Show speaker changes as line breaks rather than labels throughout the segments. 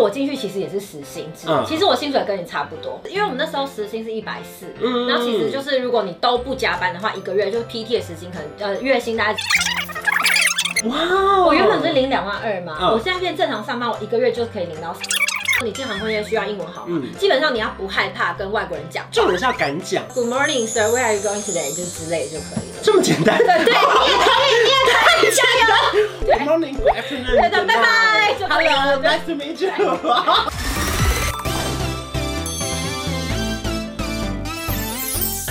我进去其实也是实薪制，
嗯
其实我薪水跟你差不多，因为我们那时候时薪是一百四，
嗯
然后其实就是如果你都不加班的话，一个月就是 PT 的时薪可能呃月薪大概，
嗯哇哦，
我原本是领两万二嘛，
嗯
我现在变正常上班，我一个月就可以领到。你进航空业需要英文好吗？
嗯
基本上你要不害怕跟外国人讲
重点是要敢讲，
Good morning, sir. Where are you going today? 就之类就可以了。
这么简单。
对，你也可以，你也可以，加油！
Good morning, good afternoon,
对的，拜拜
good
就
night.
可以了
Hello, nice to meet you.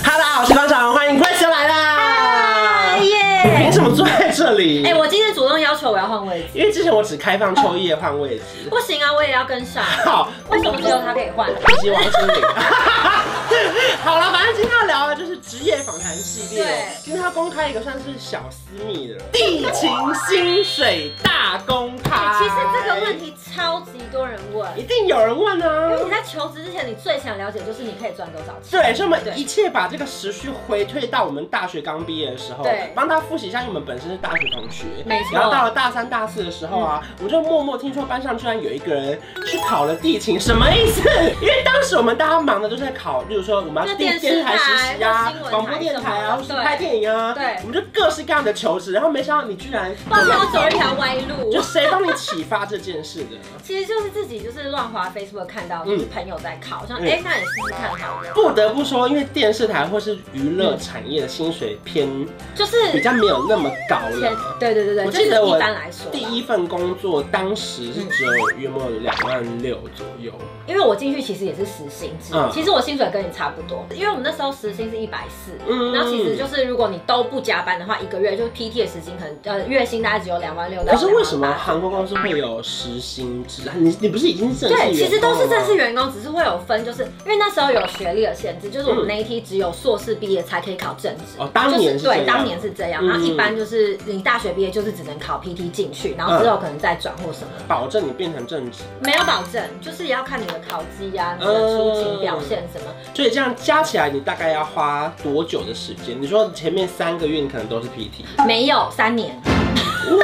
哈喽，我是方长，欢迎快收来啦！啊你凭
耶！
什么坐在这里？
哎，我今天主动要求我要换位置，
因为之前我只开放抽夜换位置。
不行啊，我也要跟上。
好，
为什么只有他可以换？
以及王心凌。 好了，反正今天要聊的就是职业访谈系列
对。
今天要公开一个算是小私密的了，地勤薪水大公开。
哎其实这个问题超级多人问，
一定有人问
因为
啊
你。在求职之前，你最想了解就是你可以赚多少钱。
对，所以我
对
们一切把这个时序回退到我们大学刚毕业的时候
对，
帮他复习一下，因为我们本身是大学同学。
没错
然后到了大三、大四的时候啊，我就默默听说班上居然有一个人去考了地勤，什么 意思？因为当时我们大家忙的都是在考，例如说我们
就
要
电
电
视
视台实习啊
台或新闻台，
广播电台啊，或
什么的
是拍电影啊，
对
我们就各式各样的求职。然后没想到你居然，
抱歉，我走一条歪路
就。谁帮你启发这件事的？
其实就是自己就是乱滑
嗯
Facebook 看到，就是朋友在考，想哎，那也试试看好了。
不得不说，因为电视台或是娱乐产业的薪水偏
就是
比较没有那么高
前
了。
对对对对，
我
就是
记得我
一般来说啦，
第一份工作当时是只有约莫两万六左右，
因为我进去其实也是实薪制，
嗯
其实我薪水跟你差不多，因为我们那时候时薪是一百四，
嗯
然后其实就是如果你都不加班的话，一个月就是 PT 的时薪可能呃月薪大概只有两万六到
可是为什么
28,000？
航空公司会有时薪制？你你不是已经是正式员
对，其实都是
工了
正
吗
式员工，只是会有分，就是因为那时候有学历的限制，就是我们那一批只有硕士毕业才可以考正职。
嗯哦，当年
就是对，
这样嗯
当年是这样。然后一般就是你大学毕业就是只能考 PT 进去，然
嗯
后之后可能再转或什么的，
保证你变成正职，
没有保证，就是也要看你的考绩啊、你
呃
的出勤表现什么。
所以这样加起来你大概要花多久的时间？你说前面三个月你可能都是 PT，
没有三年，
哦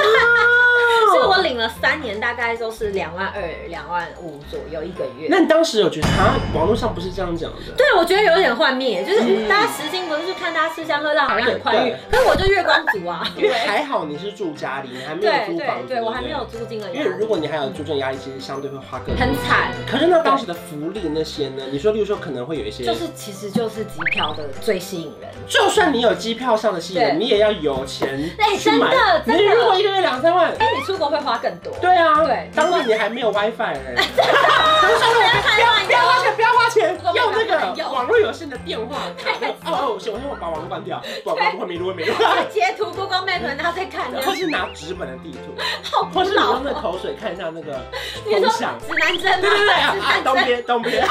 所以
哇，
我领了三年，大概都是两万二、两万五左右一个月。
那你当时有觉得啊，网络上不是这样讲的？
对，我觉得有点幻灭，就是
嗯
大家时薪不是就看大家吃香喝辣，好像很宽裕
对，
可是我就月光族 啊。
因为还好你是住家里，你还没有
对
租房
对
子，
对，
不
我还没有。租金而已
因
啊
为。如果你还有住证压力，其实相对会花更多
很惨，
可是那当时的福利那些呢？你说，例如说可能会有一些，
就是其实就是机票的最吸引人。
就算你有机票上的吸引
对
力，你也要有钱
哎
去买。
真的真的
你如果一个月两三万，
哎，你出国会花更多。
对啊，
对
当时你还没有 WiFi 哎、
啊不要太乱
不要花
用。
钱，不要花钱
不，
用那
用
个网络有线的电话卡。哦哦，我先我先把网络关掉，不然会迷路，会迷路。
截图 Google Map，然后再看，
然后是拿纸本的地图，
好古
或是你
老
用那
哦。
口水看一下那个
你说
风
指
向。
南针吗？
对对对，啊
指
啊
南
东
针。
边东边。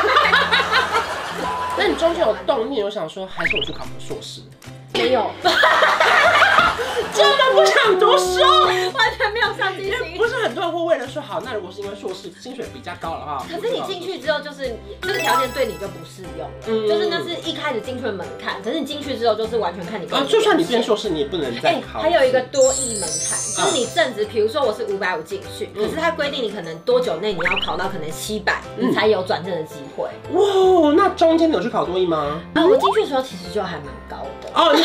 那你中间有动念，有想说还是我去考个硕士？
没 有，
真的不想读书。
完全没有上进心
不。是很多人会为了说好，那如果是因为硕士薪水比较高的话，
可是你进去之后，就是这个条件对你就不适用了，
嗯
就是那是一开始进去的门槛。可是你进去之后，就是完全看你个
啊，
人
就算你
表
变
现。
硕士，你也不能再
哎、
考。嗯
还有一个多亿门槛，就是你正值，比如说我是五百五进去，可是它规定你可能多久内你要考到可能七百，你
嗯
才有转正的机会。
哇，那中间你有去考多艺吗？
啊，我进去的时候其实就还蛮高的。
哦， 你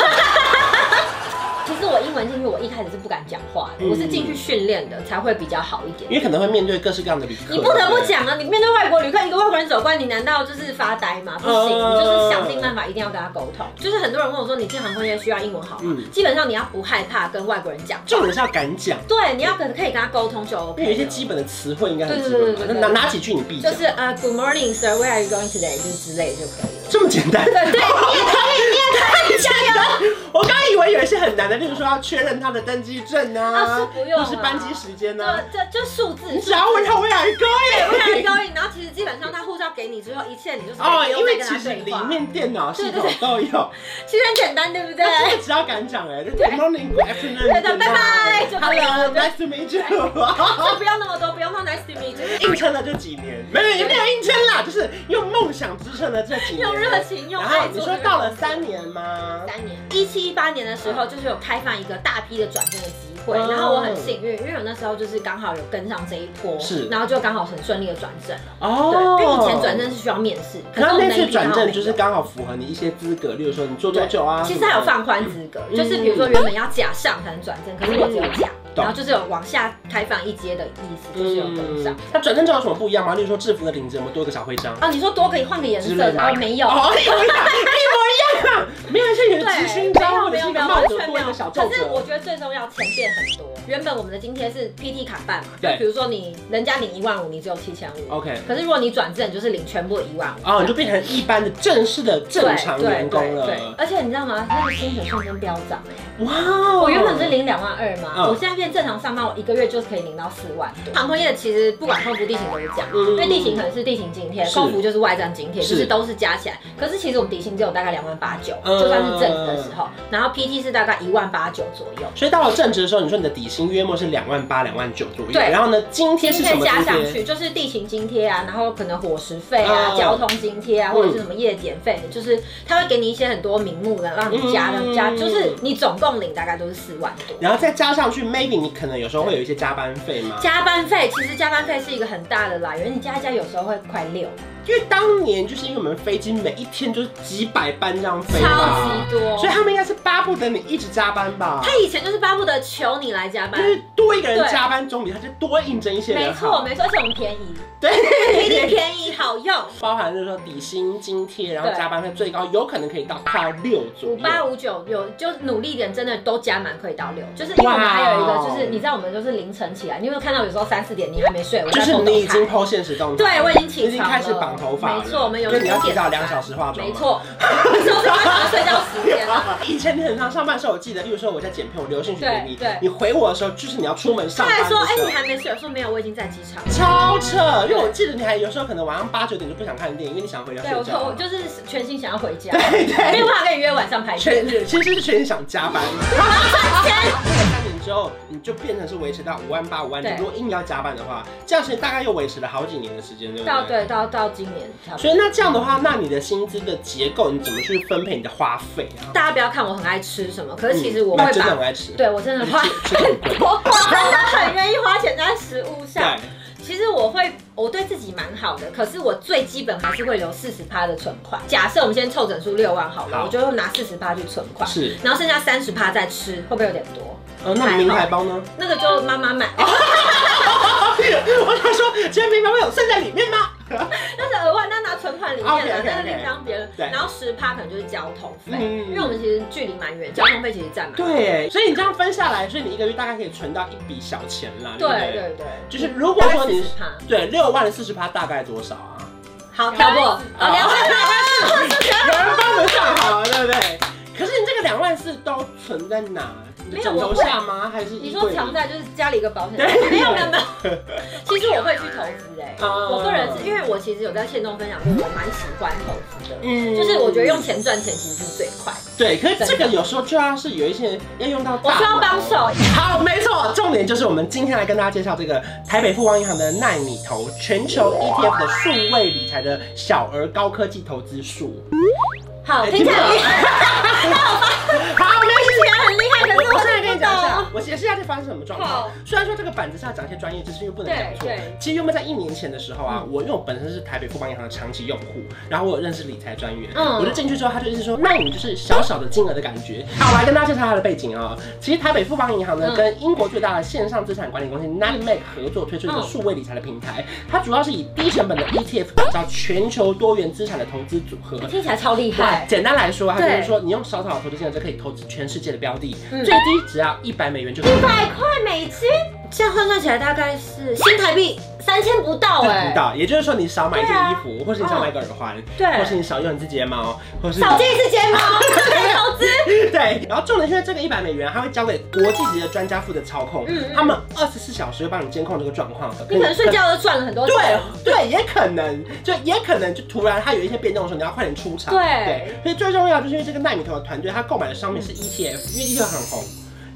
其实我英文进去，我一开始是不敢讲话的，
嗯。
我是进去训练的才会比较好一点
因为可能会面对各式各样的旅客，
你不得不
对对。
讲啊，你面对外国旅客，一个外国人走过来，你难道就是发呆吗？不行，
嗯
你就是想尽办法，一定要跟他沟通。就是很多人问我说，你进航空业需要英文好吗？
嗯
基本上你要不害怕跟外国人讲，
重点是要敢讲，
对，你要可可以跟他沟通就
因为有
OK
一些
了。
基本的词汇应该很
对
基
对对
本
对
吧
对，
那
对
哪哪几句你必讲
就？是呃、g o o d morning, sir. Where are you going today? 就是之类就可以了。
这么简单？
对对，你也可以，你也可以，加油！
我刚以为有一些很难的，例如说要确认他的登机证
啊
啊
是，不用啊呃
或是班机时间啊，
这这就数字，
你只要问他 Where are you
非常
going？
高然后其实基本上他护照给你之后，一切你就是可以
哦，
不用
因
再
为
跟
其
他
实
对
里
话
面电脑系
对对
统都有。
其实很简单，对不对？
那真的只要敢讲哎，就 Good morning, Good afternoon，
对的拜拜就可以了
Hello, nice to meet you。
所以不用那么多，不用到 nice to meet you，
硬撑了这几年，没有也没有硬撑啦，就是用梦想支撑了这几年，
用热情，用
然
爱
后
做
你
这个
说到了三年吗？
三年，一七一八年的时候，就是有开放一个大批的转正的机会，
嗯
然后我很幸运，因为我那时候就是刚好有跟上这一波，
是
然后就刚好很顺利的转正了。
哦，
对，因为以前转正是需要面试，可
然
是
后
我们
那次
一
转
刚好
正
没
就是
有
刚好符合你一些资格，例如说你做多久啊？嗯
其实还有放宽资格，就是比如说原本要假上才能转正，可是我只有假，
懂
然后就是有往下开放一阶的意思，就是有跟上
嗯。，那转正证有什么不一样吗？例如说制服的领子有没有多一个小徽章？
啊，你说多可以换个颜色
之类
的，
的
哦，没有，
哦，一模一样，一模一样啊！没有，像有的
对，
直勋
没
章
有
或者
没
是
有
一
没
个
有，
帽
完
子
全没
多一
有。
个小皱
可是我
褶。
觉得最重要钱变很多，原本我们的津贴是 PT 卡办嘛，就
对
比如说你人家领一万五，你只有七千五，
OK，
可是如果你转正，你就是领全部一万五。
哦，你就变成一般的正式的正常员工
对对对对
了。
而且你知道吗？那个薪水瞬间飙涨哎、
哇哦！
我原本是领两万二嘛，
嗯
我现在变正常上班，我一个月就可以领到四万多。航空业其实不管空服地勤都是这样，
嗯
因为地勤可能是地勤津贴，
是
空服就是外站津贴，
是
就是都是加起来。可是其实我们底薪只有大概两万八九，
嗯
就算是正职的时候，然后 PT 是大概一万八九左右。
所以到了正职的时候，你说你的底薪约莫是两万八、两万九左右。
对
然后呢，津贴
津
是什
贴
么
加上
津贴？
去就是地勤津贴啊，然后可能伙食费啊、
嗯
交通津贴啊，或者
嗯
是什么夜检费，就是他会给你一些很多名目的让你加
嗯
的加，就是你总共领大概都是四万多。
然后再加上去，maybe 你可能有时候会有一些加班费嘛。
加班费其实加班费是一个很大的来源，你加一加有时候会快六，
因为当年就是因为我们飞机每一天就是几百班这样
超
飞吧，
级多
啊所以。他们应该是巴不得你一直加班吧。
他以前就是巴不得求你来加班
就，是多一个人
对
加班总比他就多应征一些人
没错
好。
没错，而且我们便宜，一定
对，
便宜好用，
包含就是说底薪津贴，然后
对
加班费最高有可能可以到快六左
五
右。
八五九有就努力一点，真的都加满可以到六，就是因为我们还有一个
哇哦
就是你知道我们就是凌晨起来，你有没有看到有时候三四点你还没睡，我
就
在
是
碰
你
动
已经
态。
剖现实动态，
对，我已经起床了，
已经开始绑头发了
没错，我们有
因为你要
五点
提早
上
两
班
小时化妆
没
嘛
错，那时候是晚上睡觉时间啊。
以前你很常上班的时候，我记得，例如说我在剪片，我留信息给你
对对，
你回我的时候，就是你要出门上
他
班
还
的时
说，
候
哎、你还没睡？我说没有，我已经在机场了。
超扯，因为我记得你还有时候可能晚上八九点就不想看电影，因为你想回家
对，我
睡
说
觉
我。就是全心想要回家，
对
没
对
有，办法跟你约晚上排队。
全其实是全想加 班。三年之后，你就变成是维持到五万八、五万九
对。
如果硬要加班的话，这样其实大概又维持了好几年的时间，对不
到
对？
对到到今年差不多。
所以那这样的话，那你的薪资的结构，你怎么去分配你的花费啊？
大家不要看我很爱吃什么，可是其实我
嗯那
会
真的
把
很爱吃，
对我真的花
吃吃得很贵。
我真的很愿意花钱在食物上。
对，
其实我会，我对自己蛮好的，可是我最基本还是会留四十趴的存款。假设我们先凑整数六万好了，
好
我就拿四十趴去存款，
是。
然后剩下三十趴再吃，会不会有点多？
呃，那名牌 包呢？
那个就妈妈买，
哦 我想说，今天名牌包有剩在里面吗？
那是额外，那拿存款里面的，
哦 OK，OK，OK
那是另当别论。
对
然后十趴可能就是交通费，
嗯
因为我们其实距离蛮远，交通费其实占蛮。
对，所以你这样分下来，所以你一个月大概可以存到一笔小钱啦。
对
不
对对，
就是如果说你
40趴，
对六万的四十趴大概多少啊？
好跳过，
好
哦两万八，
有人帮我们算好了，对不对？可是你这个两万四都存在哪？你的枕头下吗？还是
你
衣
说
柜里？
藏在就是家里一个保险，
对
没有没有 没有。其实我会去投资哎，
嗯
我个人是因为我其实有在线中分享过，我蛮喜欢投资的。
嗯
就是我觉得用钱赚钱其实是最快，
对，可是这个有时候就要是有一些人要用到
我
大哦脑，
需要帮手。
好，没错，重点就是我们今天来跟大家介绍这个台北富邦银行的奈米投全球 ETF 的数位理财的小额高科技投资术。
好，
哎
听起来
听不懂
厉害，
好，没
听起来很厉害，
我
可是
我
我
现在
真的
跟你
不
讲一下
懂。，
我解释一下这发生什么状况
好。
虽然说这个板子上讲一些专业知识，因为不能讲错
对嗯对。
其实原本在一年前的时候啊，我因为我本身是台北富邦银行的长期用户，然后我有认识理财专员，
嗯
我就进去之后，他就一直说，那你就是小小的金额的感觉。好，我来跟大家介绍它的背景啊、其实台北富邦银行呢，
嗯
跟英国最大的线上资产管理公司 n i m a c 合作推出一个
嗯
数位理财的平台，它主要是以低成本的 ETF 打造全球多元资产的投资组合。
哎听起来超厉
对，
害，
简单来说，它啊就
对
是说你用少少的投资金额就可以投资全世界的标的，
嗯
最低只要一百美元就可以
一。百块美金，这样换算起来大概是新台币三千不到哎、
不到，也就是说你少买一件
对啊
衣服，或是你少买个耳环，
对
或是你少用你自己的毛，或是
少见一次睫 毛， 可以投资。
对。然后重点是因为这个一百美元，它会交给国际级的专家负责操控，
嗯嗯
他们二十四小时会帮你监控这个状况。
你可能睡觉就赚了很多
对
钱。
对，也可能，就也可能就突然它有一些变动的时候，你要快点出场。
对嗯
E 所以最重要就是因为这个纳米头的团队，它购买的商品是 ETF，因为 ETF 很红。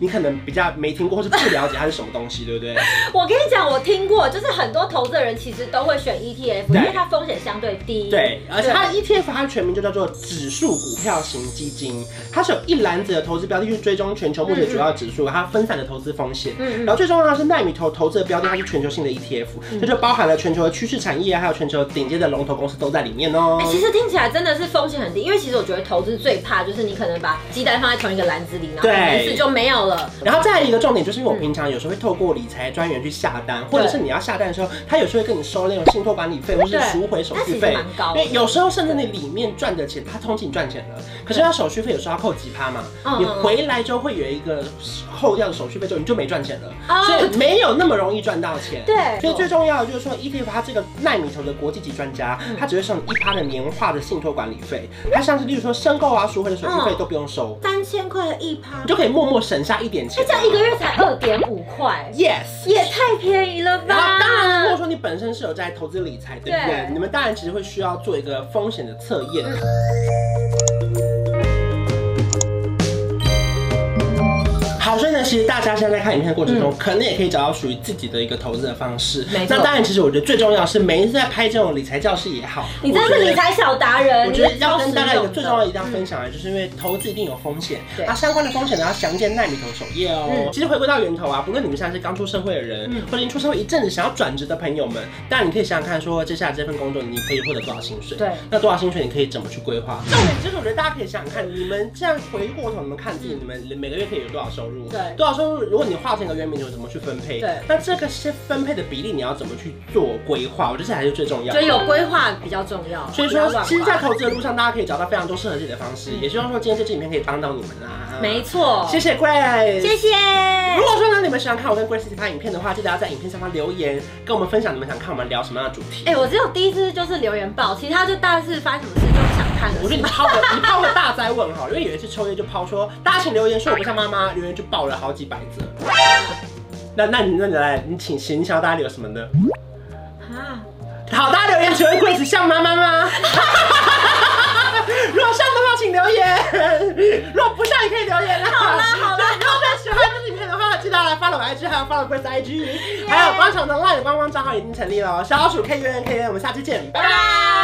你可能比较没听过或是不了解它是什么东西，对 不对？
我跟你讲，我听过，就是很多投资人其实都会选 ETF，因
对
为它风险相对低。
对，而且它
对
ETF 它的全名就叫做指数股票型基金，它是有一篮子的投资标的去追踪全球目前主要指数，它分散的投资风险。
嗯
然后最重要的是，奈米投投资的标的它是全球性的 ETF，这就包含了全球的趋势产业啊，还有全球顶尖的龙头公司都在里面哦
哎、。其实听起来真的是风险很低，因为其实我觉得投资最怕就是你可能把鸡蛋放在同一个篮子里，然后
对
可能一次就没有了。
然后再来一个重点，就是因为我
嗯
平常有时候会透过理财专员去下单，或者是你要下单的时候，他有时候会跟你收那种信托管理费或是
对
赎回手续
那其
费
实蛮高，
因
的
为有时候甚至你里面赚的钱，他通勤赚钱了，可是他手续费有时候要扣几趴嘛
嗯，
你回来之后会有一个扣掉的手续费之后，你就没赚钱
哦
了，所以没有那么容易赚到钱。
对
所以最重要的就是说，ETF 它这个奈米投的国际级专家，
嗯
他只会收你一趴的年化的信托管理费，它像是例如说申购啊、赎回的手续费
嗯
都不用收，
三千块的一趴
你，就可以默默省下一点钱
哎，。这样一个月才二点五块，
Yes。
也太便宜了
然后
吧？
当然，如果说你本身是有在投资理财，对不对
对？嗯
你们当然其实会需要做一个风险的测验。好，所以呢，其实大家现在在看影片的过程中，可能也可以找到属于自己的一个投资的方式
嗯没。错
那当然，其实我觉得最重要的是，每一次在拍这种理财教室也好，
你真的是理财小达人，
我觉得
你是
要
超
跟大家
实
有
用
个
的
最重要的一定要分享的，就是因为投资一定有风险，
对
啊，相关的风险呢要详见奈米投首页哦。
嗯
其实回归到源头啊，不论你们现在是刚出社会的人，或者已经出社会一阵子想要转职的朋友们，但你可以想想看，说接下来这份工作你可以获得多少薪水？
对
那多少薪水你可以怎么去规划？重点就是我觉得大家可以想想看，你们这样回过头，你们看自己，你们每个月可以有多少收入？
对
多少收入？如果你画成一个圆饼，你会怎么去分配？
对
那这个些分配的比例你要怎么去做规划？我觉得这才是最重要
所
的。
以有规划比较重要。
所以
不要
说，
乱
其实，在
花
投资的路上，大家可以找到非常多适合自己的方式，也希望说今天这支影片可以帮到你们啦。
没，错，
谢谢 Grace，
谢。谢。
如果说呢，你们喜欢看我跟 Grace 一起拍影片的话，记得要在影片下方留言，跟我们分享你们想看我们聊什么样的主题。
哎、我只有第一次就是留言爆，其他就大致发生什么事就是想看的。
我觉得你抛 个你抛个大灾问哈，因为有一次秋叶就抛说，大家请留言说我不像妈妈，留言就爆了好几百则。那那你那你来，你请请你想要大家留什么呢？
啊，
好，大家留言，请问 Grace 像妈妈吗？如果像的话，请留言；如果不像，也可以留言啦。好啦
好啦
如果大家喜欢这支影片的话，记得来 follow 我 IG，还有 follow Grace 的 IG，还有官场的 LINE 官方账号已经成立了哦，小老鼠 K U N K N，我们下期见，拜拜。
拜。